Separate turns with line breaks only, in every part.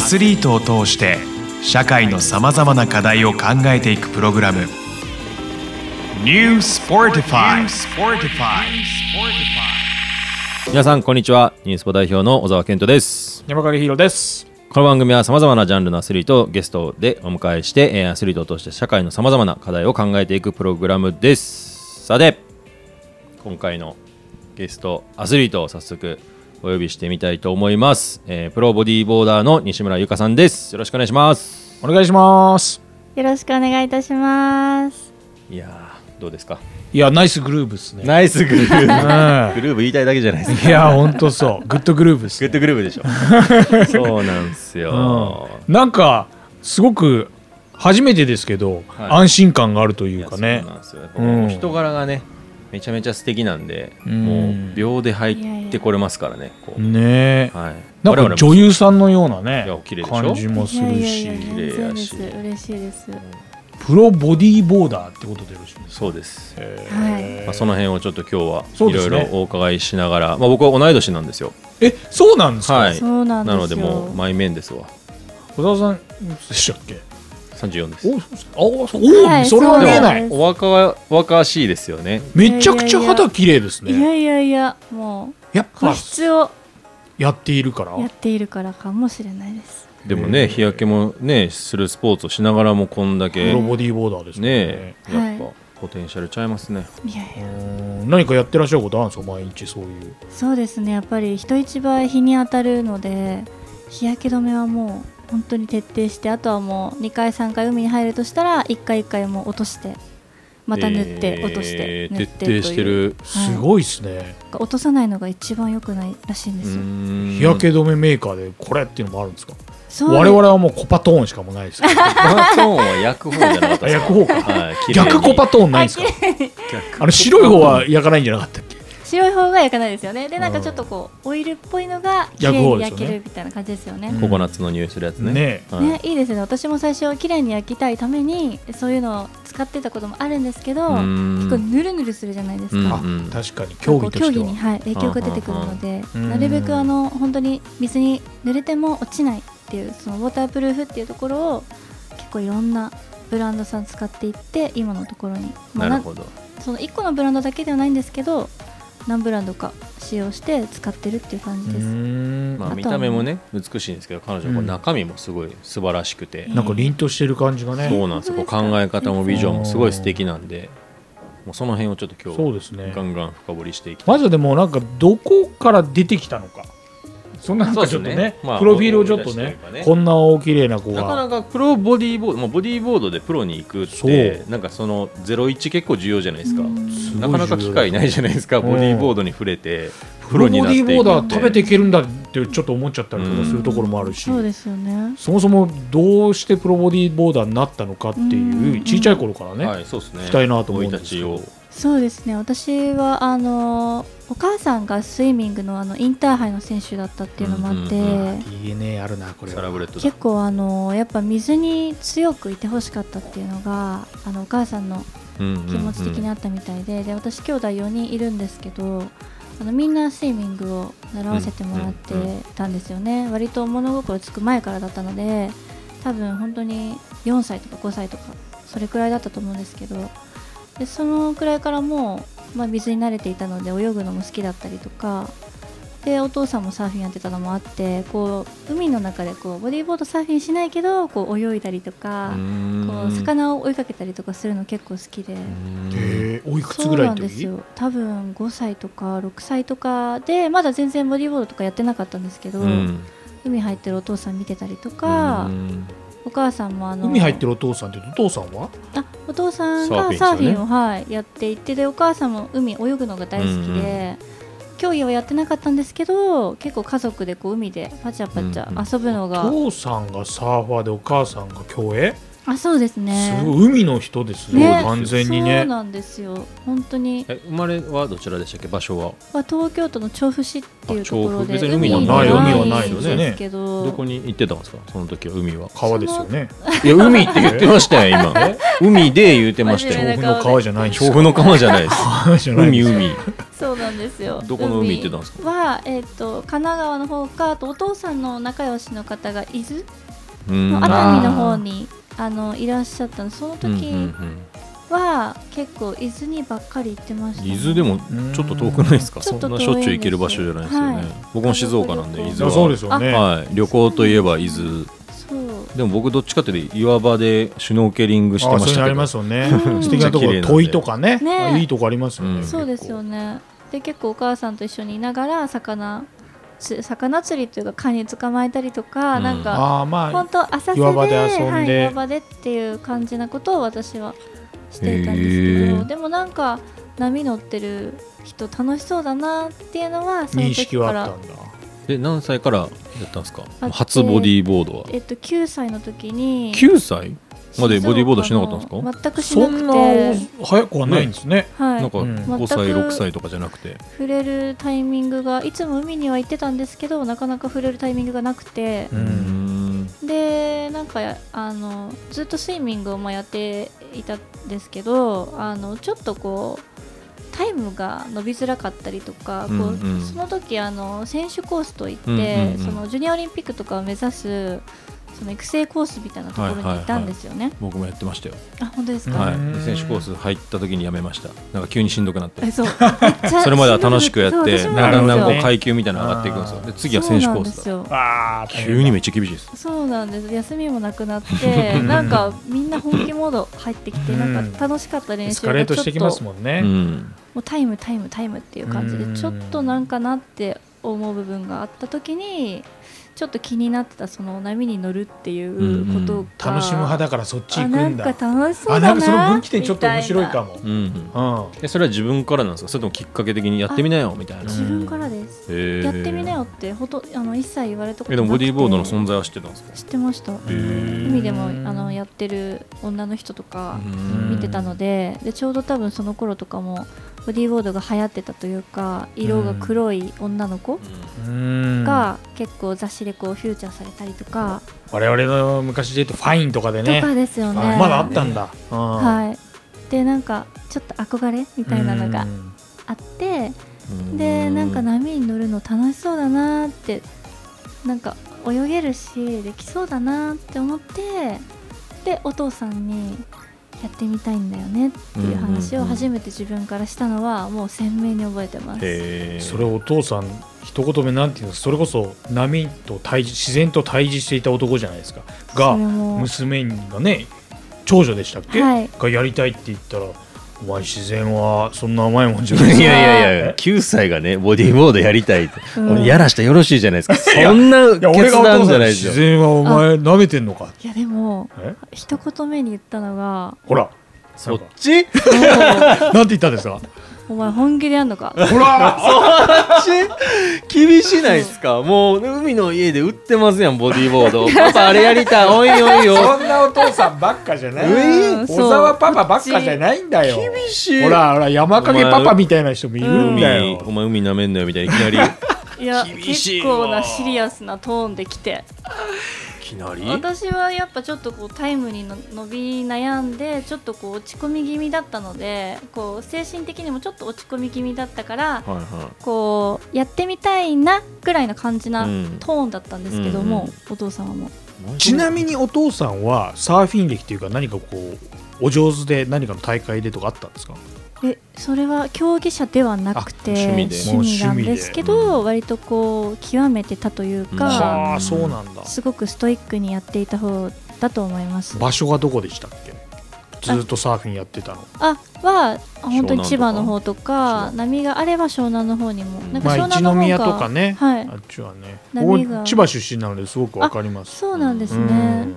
スリートを通して社会のさまざまな課題を考えていくプログラム「New Sportify」
皆さんこんにちはニュースポ代表の小沢健人です
山狩ヒーローです。
この番組はさまざまなジャンルのアスリートをゲストでお迎えしてえーアスリートを通して社会のさまざまな課題を考えていくプログラムですさて今回のゲストアスリートを早速お呼びしてみたいと思います、えープロボディーボーダーの西村由香さんですよろしくお願いします
お願いします。
よろしくお願いいたします。
いやーどうですか
いや、ナイスグルーブですね。
ナイスグル
う
ーブグルーブ言いたいだけじゃないですか
んいや、ほんとそう。グッドグルーブです、
グッ
ね。
ドグルーブでしょ そうなんですよ、
うん、なんか、すごく、初めてですけど、
はい
安心感があるとい
いうや
か
そう
ね。
なんですよやっぱ
うん
人柄がねめちゃめちゃ素敵なんで、
うん
もう秒で入ってこれますからねこう
ねえ。
はい
なん
我々
か
も
女優さんのようなね
いやお綺麗でしょ
感じもする
い
し
やいやいや全然です。
綺麗やし
嬉しいです。
プロボディーボーダーってことでよろしいですか
そうです、
はい。
まあ、その辺をちょっと今日
そ
は
う
い
で
ろ
す
い
ね
ろお伺いしながら、まあ、僕は同い年なんですよ
えそうなんですか、
はい
そうなんです
な
よ。
のでもう前面ですわ
小沢さんいくつでしたっけ
34です
おそうあそうお、
はい
それは見えない
そう
お若は若しいですよね
めちゃくちゃ肌綺麗ですね
いやいやいや、もう
やっ
保
ぱ
湿を
やっているから
やっているからかもしれないです。
でもね日焼けもねするスポーツをしながらもこんだ
プ
け
ロ
ね
ボディーボーダーですもんね
やっ
は
ぱポテンシャルちゃいますね
いやいう
ー
や、
ん何かやってらっしゃることあるんですか毎日そういう
そうですね。やっぱり人一倍日に当たるので、日焼け止めはもう本当に徹底して、あとはもう2回3回海に入るとしたら、1回1回もう落として、また塗って、
えー
落として、塗って
徹底してる
はい
すごいですね、
落とさないのが一番良くないらしいんですよ。
日
日焼け止めメーカーでこれっていうのもあるんですか
そう
我々はもうコパトーンしかもうない ですけど
バートーンは焼く方じゃなかったですか
焼く方か
はい綺麗に
逆コパトーンないんですかあの白い方は焼かないんじゃなかったっけ
白い方が焼かないですよねでなんかちょっとこうオイルっぽいのが綺麗に焼けるみたいな感じですよね
焼く
ココナッツの匂いするやつね
ね
はい
ねいいですよね私も最初綺麗に焼きたいためにそういうのを使ってたこともあるんですけど
うー
結
ん
構ぬるぬるするじゃないです
うん
か
あ確かに競技として
に、
は
はい、影響が出てくるので
うん
なるべくあの本当に水に濡れても落ちないっていうそのウォータープルーフっていうところを結構いろんなブランドさん使っていって今のところに、ま
な
あな
るほど
その1個のブランドだけではないんですけど何ブランドか使用して使ってるっていう感
う
じ
ー
です。
ん
まあ
あとは
見た目もね美しいんですけど彼女はこう
うん
中身もすごい素晴らしくて
なんか凛としてる感じがね
そうなんですよこう
本
考
当ですか
え方もビジョンもすごい素敵なんでもうその辺をちょっと今
そう
日
ですね
ガンガン深掘りしていきたい
まずでもなんかどこから出てきたのかそんななんかちょっとね
そうですねまあ
プロフィールをちょっと
思い出
ね
してというかね
こんな大綺麗な子が
なかなかプロボディーボードもうボディーボードでプロに行くってなんかその01結構重要じゃないですか
すごい重
な
要
かなか機会ないじゃないですか
うん
ボディーボードに触れてプ
プ
ロ
ロ
に
ボ
なっ
ディ
ていく
ーボーダー食べてい
き
けるんだってちょっと思っちゃったりとかするところもあるし、
そうですよね。
そもそもどうしてプロボディーボーダーになったのかっていう、
うん
小さい頃からね、
はいそうですね
行きたいなと思うん
生
で
い立
す
ち
けど
を
そうですね。私はあのお母さんがスイミングのあのインターハイの選手だったっていうのもあって、
うんうんう
DNA あるなこれ
サラブレッドだ
結構あのやっぱ水に強くいてほしかったっていうのがあのお母さんの気
気
持ち的にあったみたいで,、で私兄弟4人いるんですけどあのみんなスイミングを習わせてもらってたんですよね、割と物心つく前からだったので多分本当に4歳とか5歳とかそれくらいだったと思うんですけどでそのくらいからもう、まあ、水に慣れていたので泳ぐのも好きだったりとかでお父さんもサーフィンやってたのもあってこう海の中でこうボディーボードサーフィンしないけどこう泳いだりとか、こう魚を追いかけたりとかするの結構好きで。
へえおいくつぐらいの時
そうなんですよ多分5歳とか6歳とかでまだ全然ボディーボードとかやってなかったんですけど、海入ってるお父さん見てたりとか、お母さんもあの
海入ってるお父さんって言うとお父さんは
あお父さん
サーフィン
が
ですよ
サー
ね
フィンを、はい、やっていてでお母さんも海泳ぐのが大好きで、
うんうん
競技はやってなかったんですけど結構家族でこう海でパチャパチ
うんうん
ャ遊ぶの
お
が、
父さんがサーファーでお母さんが競泳
あそうですね
すごい海の人ですね
ね
完全に
そ
ね
うなんですよ本当に
え生まれはどちらでしたっけ場所は
は東京都の調布市っていうところ
あ調布
で
別に海は
ない
は
海はないよね
ですけど
どこに行ってたんですかその時は海は
川ですよね
いや海って言ってましたよ 今海で言ってました
真面
調
よ
目
布の川じゃないんです
調
か
布の川じゃないです
川じゃないん
海
ですか
海
そうなんですよ
どこの海行ってたんですか
は、えっと神奈川の方かあとお父さんの仲良しの方が伊豆
うーん
の熱海の方にあのいらっしゃったのその
うんうん
時は結構伊豆にばっかり行ってました
うん
ね、
伊豆でもちょっと遠くないですか
うん
そんなしょっちゅう行ける場所じゃないですよね、
はい
僕も静岡なんで伊
い
豆
あ
は
そうですよね
はい、旅行といえば伊豆
そう
でも僕どっちかというと岩場でシュノーケリングしてま
あそう
し
いう
た
のあ
け
り
ど
ますよ ね
うん
素敵なとこ
めっ
ろ
ちゃ綺麗なんで
遠いとかね
ね
あいいとこありますよ
う
ね
ん
そうですよねで結構お母さんと一緒にいながら魚つ魚釣りというかカニ捕まえたりとか、
うん
なんか
ああまあ
本当浅瀬で
岩場で遊んで
はい、岩場でっていう感じなことを私はしていたんですけ
へ
ど
ー
でもなんか波乗ってる人楽しそうだなっていうのはその
認
時
識
か
はあ
ら
ったんだ
で何歳からやったんですか
あ
初ボディーボードは
えっと、9歳の時に
9歳までボディーボードしなかったんですか、
か全くし
そ
なく
んな
て
早くはないんですね
はい、
なんか
うん
5歳
全く
6歳とかじゃなくて
触れるタイミングがいつも海には行ってたんですけどなかなか触れるタイミングがなくて
う
うんん
でなんかやあのずっとスイミングをまあやっていたんですけどあのちょっとこうタイムが伸びづらかったりとか、こう
うんうん
その時あの選手コースといっ
う
て、
んうんうん
そのジュニアオリンピックとかを目指すその育成コースみたいなところにいたんですよね。
僕もやってましたよ、
あ本当ですか、
うん
はい、で選手コース入った時にやめましたなんか急にしんどくなって
えそうめっちゃ
それまでは楽しくやって
そ
だ
うん私もな
だんだん
ん
こ
です
う
よ
階級みたいなの上がっていくんですよで次は選手コースだ
そうなんですよ
ああ
急にめっちゃ厳しいです
そうなんです休みもなくなって なんかみんな本気モード入ってきて
うん
なんか楽しかった練
エス
習
カレー
がち
ト
ょ
し
って
き
と
ますもんね
うん
もうタイムタイムタイムっていう感じ
う
で
ん
ちょっとなんかなって思う部分があった時にちょっと気になってたその波に乗るっていうことが
楽しむ派だからそっち行くんだ
あなんか楽しそ
あ
う
な
だな
んかその分岐点ちょっと面白いか
も
も
うんうん
うん
えそれは自分からなんですかそれともきっかけ的にやってみなよみたいな
自分からです
へー
やってみなよってほとあの一切言われたこと
えで
なくて
もボディーボードの存在は知ってたんですか
知ってました海でもあのやってる女の人とか
うん
見てたので,、でちょうど多分その頃とかもボディーボードが流行ってたというか色が黒い女の子
うん
が結構雑誌でこうフューチャーされたりとか、
我々の昔で言うとファインとかでね
とかですよね。
あまだあったんだは
はいでなんかちょっと憧れみたいなのがあってでなんか波に乗るの楽しそうだなーってなんか泳げるしできそうだなーって思ってでお父さんにやってみたいんだよねっていう話を初めて自分からしたのはもう鮮明に覚えてます。
へえ
それをお父さん一言目なんていうのそれこそ波と対峙自然と対峙していた男じゃないですか
それ
が
も
娘がね長女でしたっけ、
はい
がやりたいって言ったらお前自然はそんな甘いもんじゃない
い
い
やいやいやいや9歳がねボディーボードやりたいって、
うん
俺やらしたらよろしいじゃないですかそんな
や俺
決
がお
断
父
じ
さ
ゃ
ん
ないです
自
よ
然はお前舐めてんのか
いやでも
え
一言目に言った のが
ほら
そっち
なんて言ったんですか
「お前本気でやんのか」
ほら
厳しないですかもう海の家で売ってますやんボディーボードパパあれやりたいおいおい
そ
よ
んなお父さんばっかじゃな
う
い。
え
うん
小
そう
沢パパばっかじゃないんだよ。
厳しい
ほらほら山陰パパみたいな人もいるん
海
だよ、
お前海なめんなよみたいないきなりい
いや
厳しい
結
わ
構なシリアスなトーンで来て
きなり
私はやっぱちょっとこうタイムにの伸び悩んでちょっとこう落ち込み気味だったのでこう精神的にもちょっと落ち込み気味だったから
はいは
こうやってみたいなぐらいの感じな
うん
トーンだったんですけど
う
も、
んうん
お父様も
い
ちなみにお父さんはサーフィン歴というか何かこうお上手で何かの大会でとかあったんですか
えそれは競技者ではなくて
あ趣味で
趣味なんですけ
もう趣味
ど割とこう極めてたというか、
はあそうなんだ
すごくストイックにやっていた方だと思います。
場所がどこでしたっけずっとサーフィンやってたの
あは本当
湘南と
に
か
千葉の方とか波があれば湘南の方にもなんか
まあ
湘
一
南の方
宮
が、
とかね、
はい
あっちはね
波が
僕千葉出身なのですごくわかります
そうなんです
う
ね
ん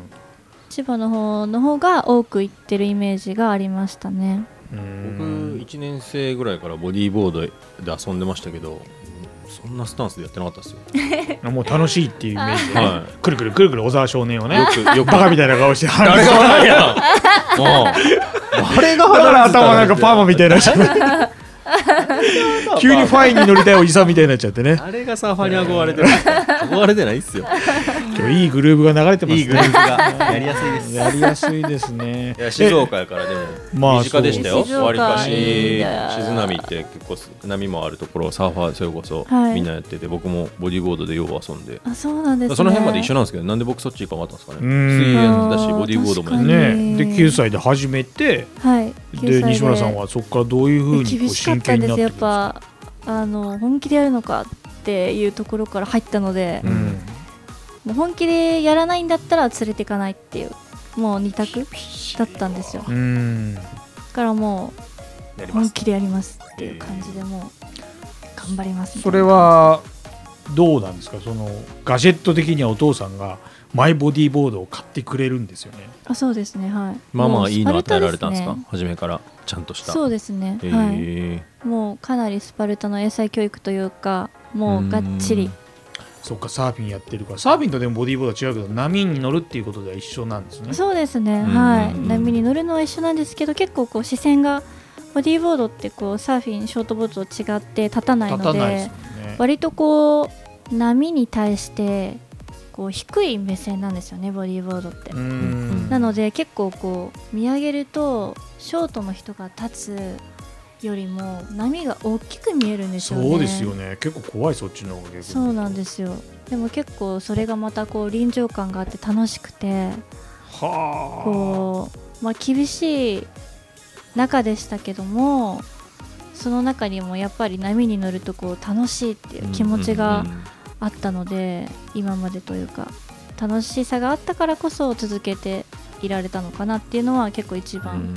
千葉の方の方が多く行ってるイメージがありましたね
う
僕
ん
1年生ぐらいからボディーボードで遊んでましたけどそんなスタンスでやってなかったですよ。
あもう楽しいっていうイメージでね、
は
くるくるくるくる小沢少年をね
よくよく
バカみたいな顔して
あれ
だ
が笑いや。もう。あれが
から
腹立つ
頭なんかパーマみたいになっちゃって
パーマ
急にファインに乗りたいおじさんみたいになっちゃってね
あれがサーファーに憧 れてる。憧れてないっすよ。
今日いいグルーヴが流れてますね
いいグループが やりやすいです。
やりやすいです ね
いや静岡やからでも
まあ
身近でしたよ、
そう
わりかし
静
静
岡
波って結構す波もあるところサーファーそれこそ
はい
みんなやってて、僕もボディーボードでよう遊んで、
あそうなんですね
その辺まで一緒なんですけどなんで僕そっち行かなかったんですかね
うん
水泳やってたしボディーボードもやって
あ
て
ねで9歳で始めて
はい
で西村さん
は
はそこからどういうふうにこ
厳
う
しかっ
真
た
剣
んで
になっていくん
すやっ
ですか
ぱあの本気でやるのかっていうところから入ったので、
う
うんん
もう本気でやらないんだったら連れていかないっていうもう二択だったんですよだ
うん
からも
やり
う
ま
本
す
気でやりますっていう感じでもう頑張りますみた
そ
いな
れはどうなんですかそのガジェット的にはお父さんがマイボディーボードを買ってくれるんですよね
あそうですねはい
まあま
も
あ
う
いいの
ス
与
パ
え
ルタ
られたんですか
ね
初めからちゃんとした
そうですね、
え
はい
ー
もうかなりスパルタの英才教育というかもうがっちり
そっかサーフィンやってるからサーフィンとでもボディーボードは違うけど波に乗るっていうことでは一緒なんですね
そうですね、
うん
はい
うん
波に乗るのは一緒なんですけど結構こう視線がボディーボードってこうサーフィンショートボードと違って立たないの
立
で
たないですもんね
割とこう波に対してこう低い目線なんですよねボディーボードって、
う
うん
ん
なので結構こう見上げるとショートの人が立つよりも波が大きく見えるんですよね
そうですよね結構怖いそっちの方が逆に
そうなんですよでも結構それがまたこう臨場感があって楽しくて
は
こう、まあ、厳しい中でしたけどもその中にもやっぱり波に乗るとこう楽しいっていう気持ちがあったので、今までというか楽しさがあったからこそ続けていられたのかなっていうのは結構一番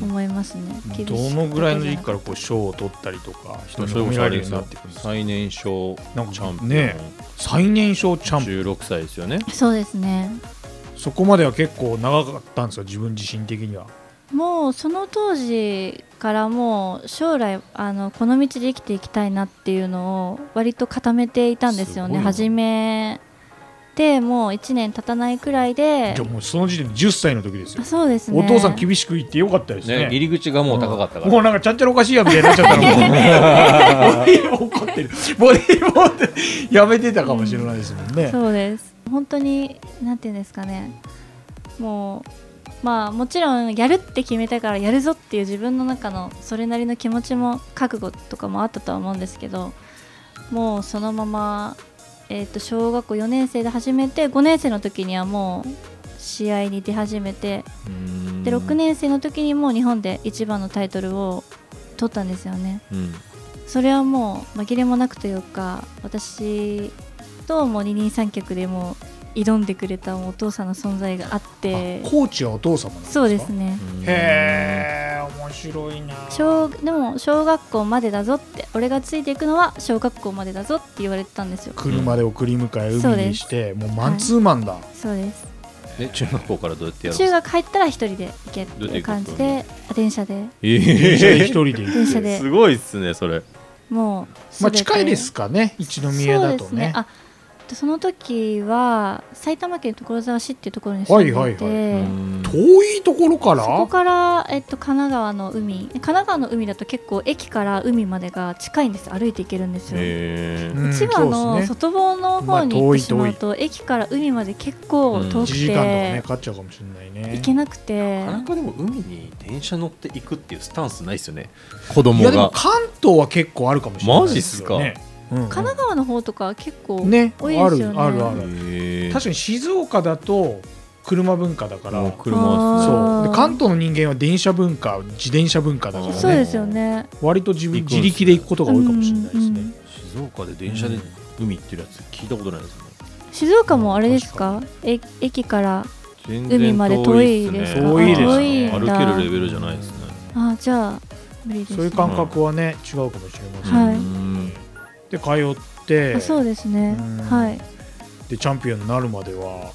思いますね、
あ
厳し
ど
い
のぐらいの時期からこう賞を取ったりとか人に
それ
褒
こ
め
そ
ら
あ
れ
れ
る
で
ようにな
すよ
っていくんですか
最年少チ
なんか
ャンピオン、
ね最年少チャンプ
16歳ですよね
そうですね
そこまでは結構長かったんですか自分自身的には
もうその当時からもう将来あのこの道で生きていきたいなっていうのを割と固めていたんですよ
すご
ね
いな
始めてもう1年経たないくらいで
じゃあもうその時点で10歳の時ですよ
あそうですね
お父さん厳しく言ってよかったですね
ね入り口がもう高かったから
もうなんかちゃんちゃらおかしいやみたいになっちゃったらもうボ ディー怒ってるボディーボーってやめてたかもしれないですもんね、
そうです本当になんていうんですかねもうまあもちろんやるって決めたからやるぞっていう自分の中のそれなりの気持ちも覚悟とかもあったとは思うんですけどもうそのまま、えー、と小学校4年生で始めて5年生の時にはもう試合に出始めて
うん
で6年生の時にもう日本で一番のタイトルを取ったんですよね。
うん
それはもう紛れもなくというか私ともう二人三脚でもう挑んでくれたお父さんの存在があって
あコーチはお父様なんですか
そうですね
へえ面白いな
小でも小学校までだぞって俺がついていくのは小学校までだぞって言われてたんですよ
車で送り迎え
そう
海
で
に
す
してもうマンツーマンだ、
そうです
え中学校からどうやってやるんで
中
すか
学入ったら一人で行けっていう感じ
どうや
で電車で
電車で
え
一人で行
電
く
車で
えすごいっすねそれ
もう
まあ
全て
近いですかね一宮だと
そうです
ね
ねあその時は埼玉県所沢市っていうところに住んでいて、
はいはいは
うん
遠いところから
そこから、えっと、神奈川の海神奈川の海だと結構駅から海までが近いんです歩いて行けるんですよ、
へ
うん
千葉
そう
の
ですね
外房の
ま
方
あ
に行っ
遠い
てしまうと、駅から海まで結構
うん
遠
1
く
時間とかね
て、
かかっちゃうかもしれないね
行けなくて
えなかなかでも海に電車乗っていくっていうスタンスないっすよね子供
いやでも
が
関東は結構あるかもしれないですよねうん
神奈川の方とか結構、
ね
多いですよね
あるあるある
へえ
確かに静岡だと車文化だから
もう車っすね
あ
そ
ー
うで関東の人間は電車文化自転車文化だから
そう
ね
ですよね
割と自分
行くんですね
自力で行くことが多いかもしれないです
うんうん
ね
静岡で電車で海行ってるやつ聞いたことないですね
静岡もあれですかえ駅から
全
海
然
まで
遠
遠
い
い
っす
です
ね
か
遠いですね
あ遠いんだ
歩けるレベルじゃないですね
あじゃあ無理です、ね、
そういう感覚はね違うかもしれません
はい
うん
で通って
あそうですね
うん
はい
でチャンピオンになるまでは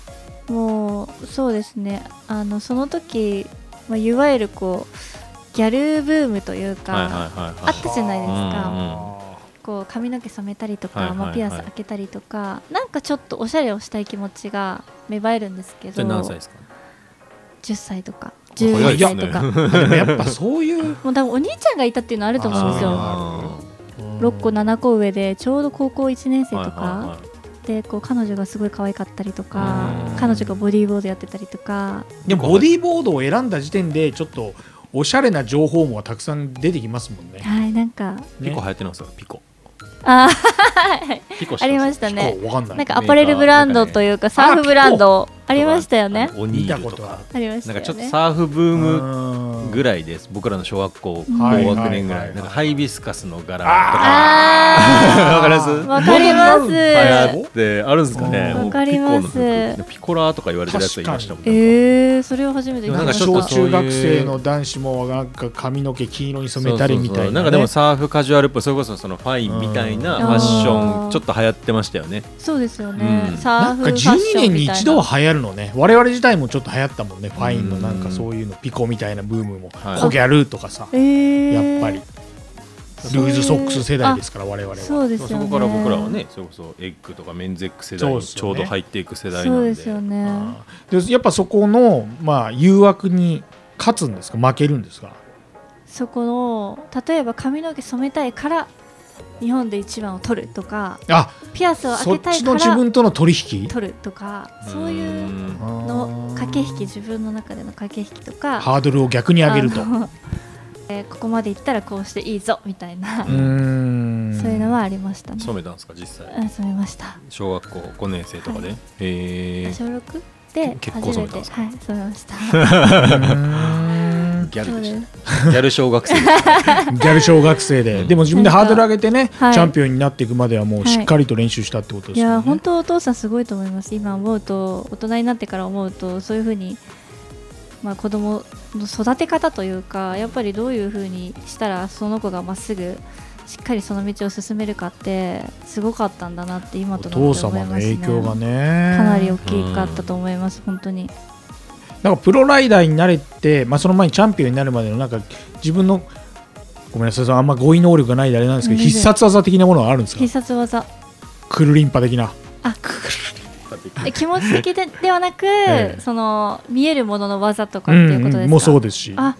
もうそうですねあのその時、まあ、いわゆるこうギャルブームというか、
はいはいはいはい
あったじゃないですか、
うんうん
あ
構髪の毛染めたりとか、
はいはいはい
まあ、ピアス開けたりとかなんかちょっとおしゃれをしたい気持ちが芽生えるんですけ
それ
ど
何歳ですか
10歳とか
早
11
いで
歳
すね
とか、
でもやっぱそういう
もう多分お兄ちゃんがいたっていうのあると思うんですよ
あ
6個7個上でちょうど高校1年生
ーはい
と
は
かでこう彼女がすごい可愛かったりとか
うん
彼女がボディーボードやってたりとか
でもボディーボードを選んだ時点でちょっとおしゃれな情報もたくさん出てきますもんね。
はいなんか
いはいピ
ね
コ流行ってますよピコ
あーはい
ピコ知ってます
ありました
ピ
ね
コわかんない。
なんかアパレルブランドというか
メーカー
サーフブランドありましたよね
あのオニ
見
ー
た
ル
ことと
か
あ
ありまし
な
た
ん
よ
かちょっと
ね
サーフブーム
る。
ぐらいです僕らの小学校
うん
高学年ぐ
はいはいはい
ら
はい
いなんかハイビスカスの柄とか
あ
わかります
ーわかりま
ボ
す
デ
流
ィーボード
行ってあるんですか
う
ね
ん
もう
わかります
ピコの服ピコラーとか言われてるやついましたもんね
えー、それを初めて聞き
なん
ま
かちょっ
し
と
小中
た
学生の男子もなんか髪の毛黄色に染めたりみたいな、ね、
んかでもサーフカジュアルっぽいそれこそそのファインみたいな
うん
ファッショ
あー
ンちょっと流行ってましたよね
そうですよね、
うん
サ
な
ー
ん
フ
か
ファッシ
12
ョ
年
ンみ
に
たい
一
な
度は流行るのね我々自体もちょっと流行ったもんねファインのなん
う
か
ん
そういうのピコみたいなブームも
はい
コギャルとかさ
えー、
やっぱりルーズソックス世代ですから我々は
そうですよ
そ
ね
こから僕らはねそれこそエッグとかメンズエッグ世代にちょうど入っていく世代な
そ
ん
う
で
ですよね
あーでやっぱそこの、まあ、誘惑に勝つんですか負けるんですか
そこの例えば髪の毛染めたいから日本で一番を取るとか
あ
ピアスを
そ
開
っ
けたい
ち
か
の自
ら
分との取引
取るとかそういう
うん
の
の
駆け引き自分の中での駆け引きとか
ハードルを逆に上げると
あ
う
の えーここまで行ったらこうしていいぞみたいな、
ーん
そういうの はありましたね
染めたんですか実際
あ染めました
小学校5年生とかで、
は
へえ
小6で
結構
初
染め
め
たん
て
ですか
はい染めました
うーん
ギャ
そ
ル
う
で
で
し
す
たギャル小学生でし
ギ
た
ャル小学生で、
うん
でも自分でハードル上げてね、
はい
チャンピオンになっていくまではもうしっかりと練習したってことで
い
すよね。
や本当お父さんすごいと思います今思うと大人になってから思うとそういうふうに、まあ、子供の育て方というかやっぱりどういうふうにしたらその子がまっすぐしっかりその道を進めるかってすごかったんだなって今
お
となって思
父
い
様
ます、ね、
の影響がね
かなり大きかったと思います、本当に
なんかプロライダーになれて、まあ、その前にチャンピオンになるまでのなんか自分のごめんなさいそのあんま語彙能力がないであれなんですけど
全然
必殺技的なものはあるんですか
必殺技
クルリンパ的な
あえ気持ち的でではなく、
ええ
その見えるものの技とかっていうことですか、
んんもうそうですし
あ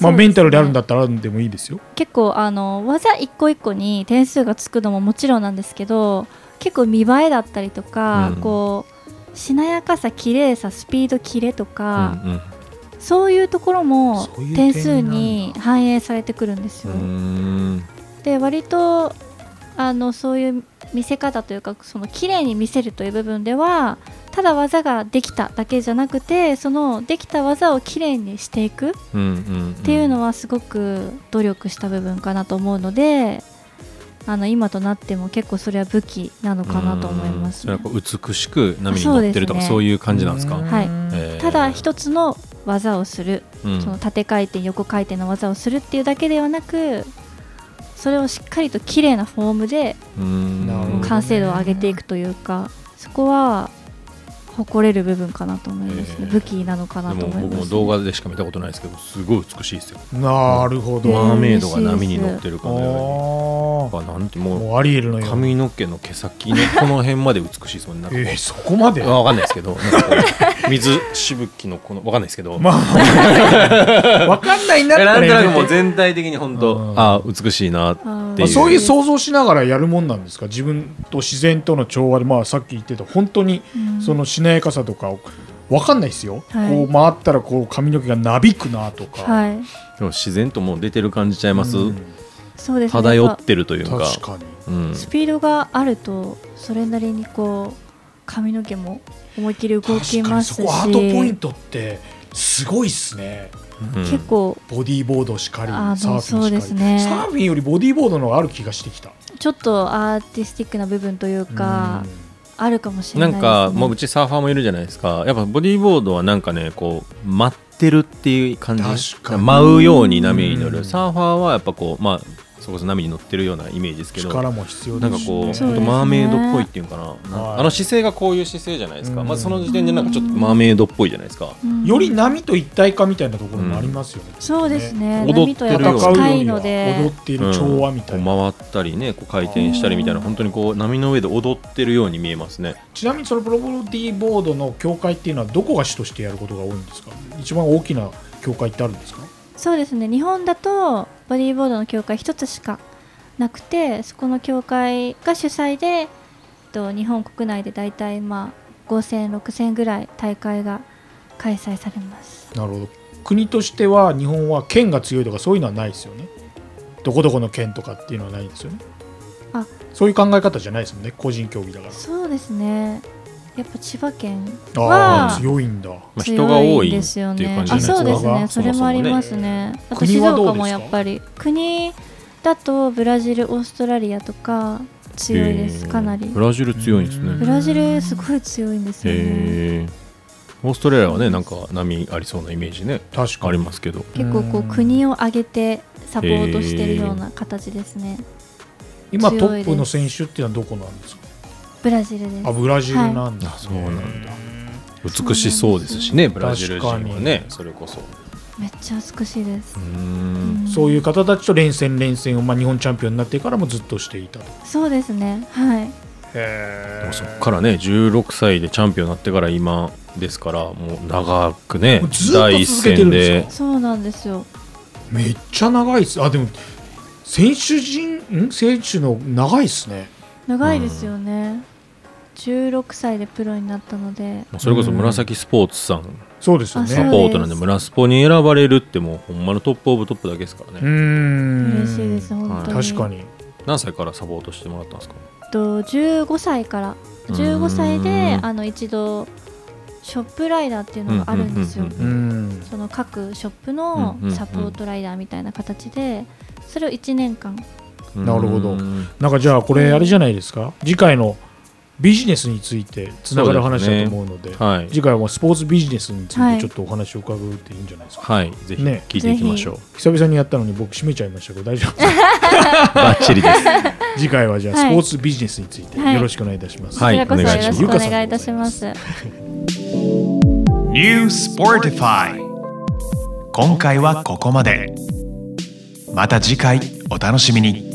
まあ、メンタルであるん
だ
だったらあるんでもいいですよ。
結構あの技一個一個に点数がつくのももちろんなんですけど結構見栄えだったりとか、
うん
こうしなやかさ綺麗さスピードキレとか、
うん
そういうところも
そういう点
点数に反映されてくるんです
う
よ。
んうーん
で割とあのそういう見せ方というかその綺麗に見せるという部分ではただ技ができただけじゃなくてそのできた技を綺麗にしていく
うんうん
っていうのはすごく努力した部分かなと思うので、あの今となっても結構それは武器なのかなと思います、
う
ね
んそれはこう美しく波に乗ってるとか
そうですね
そう,、いう感じなんですか、
う
はい
えー
ただ一つの技をする、
うん
その縦回転横回転の技をするっていうだけではなくそれをしっかりと綺麗なフォームで
うん
なるほど
完成度を上げていくというか、そこは誇れる部分かなと思いますね、
えー
武器なのかな
で
と
も
思います、ね、
僕も動画でしか見たことないですけどすごい美しいですよ
なるほ
うん
ど。
マーメイドが波に乗ってる
あ
かのように
ー
なんかなんてもう
もうアリエルのように。
髪の毛の毛先のこの辺まで美しいですもんねなんかこう
えー、そこまで
わかんないですけど、なんかこう 水しぶきのこのわかんないですけど、
ま あ、わかんないなっ
え
たら
なんと
や
な
め
く
て
もう全体的に本
う
当
ん
あー美しいなって
あ
て
ー
い
あ
う
そういう想像しながらやるもんなんですか自分と自然との調和で、まあ、さっき言ってた本当に
うん
そのしなやかさとか分かんないですよ、
はい
こう回ったらこう髪の毛がなびくなとか、
はい
でも自然ともう出てる感じちゃいます、
うん
そうですね
漂ってるというか
確かに
うん、
スピードがあるとそれなりにこう髪の毛も思いっきり動
確
き
か
ま
に
す
そ
し
こアートポイントってすごいっすね
うん
結構
ボディーボードしかり
あー
サーフィンしかり
そうですね
サーフィンよりボディーボードの方がある気がしてきた
ちょっとアーティスティックな部分というかあるかもしれ
な
な
ん
いです、ね、
かもううちサーファーもいるじゃないですかやっぱボディーボードはなんかねこう待ってるっていう感じ
確かに
舞うように波に乗
う
る
ん
サーファーはやっぱこうまあそれこそ波に乗ってるようなイメージですけど
力も必要
な
で
ん
す
か
し
こう、
ね
そう
本当
ですね
マーメイドっぽいっていうのかな、な
はい
あの姿勢がこういう姿勢じゃないですか、
うん
まずその時点でなんかちょっとマーメイドっぽいじゃないですか、
うん
より波と一体化みたいなところもありますよね。
そうですね
ね
波とやっぱ
踊ってるような
近い
りは
の
踊
で
っている調和みたいな、
うんこう回ったりねこう回転したりみたいな本当にこう波の上で踊ってるように見えますね
ちなみにそのプロボディーボードの協会っていうのはどこが主としてやることが多いんですか一番大きな協会ってあるんですか
そうですね日本だとボディーボードの協会一つしかなくてそこの協会が主催でえっと日本国内で大体まあ50006000ぐらい大会が開催されます
なるほど国としては日本は県が強いとかそういうのはないですよねどこどこの県とかっていうのはないんですよね
あ
そういう考え方じゃないですもんね個人競技だから
そうですねやっぱ千葉県
ああ
は
ー強いいんだ
まあ、人が
強
多
い
い
ん
っていう感じ
です
じゃ
よ
ないです
ね。
か
あ、そうですね。
そ
それもありますね。あと静
国はどう
岡
です
も
か
やっぱり国だとブラジル、オーストラリアとか強いです。かなり。
ブラジル強いんです
うん
ブ
ね
ラジルすごい強いんですよね。
へえオーストラリアはねなんか波ありそうなイメージね
確
あ
か
り
に
ますけど
結構こ
う
うん国を挙げてサポートしてるような形ですね。
今
強い
ト
で
ッ
す
プの選手っていうのはどこなんですか
ブラジル
あ
です。
ブラジルなんだ、
はいあそうなん
だ
美しそうですしねブラジル人はね
確か
それこそ
めっちゃ美しいです
う。
うん
ん
そういう方たちと連戦連戦を、まあ、日本チャンピオンになってからもずっとしていたと
そうですね。はい。
へ
でもそっからね16歳でチャンピオンになってから今ですからもう長くね
もうずっと
第一線
続けてるん
で
で
そうなんですよ。
めっちゃ長いっすあでも選手陣ん選手の長いっすね
長いですよね。16歳でプロになったので。
もうそれこそ紫スポーツさん
そうですよ
あそう
サ
ね
ポートなんで
そうです
村スポに選ばれるってもうほんまのトップオブトップだけですから
うーん
ね
嬉しいです本当に。
確かに
何歳からサポートしてもらったんですか
えっと15歳から
うん
15歳であの一度ショップライダーっていうのがあるんですよ
うんうん
う
うん
ん
その各ショップの
うんうんうん
サポートライダーみたいな形でそれを1年間
なるほど
うん
なんかじゃあこれあれじゃないですか次回のビジネスについてつながる話だと思うので
はい
次回はもうスポーツビジネスにつ
はいい
てちょっとお話を伺うっていいんじゃないですか、
はいぜひ
ね
聞いていきましょう
久々にやったのに僕閉めちゃいましたけど大丈夫です か
バッチリです
次回はじゃあ
は
ス
い
ポーツビジネスについて
はい
よろしくお願いいたします、
こ
はい
ちらこそよ
お願いし
ろ
ます
しくお願いいたします。
New Sportify 今回はここまでまた次回お楽しみに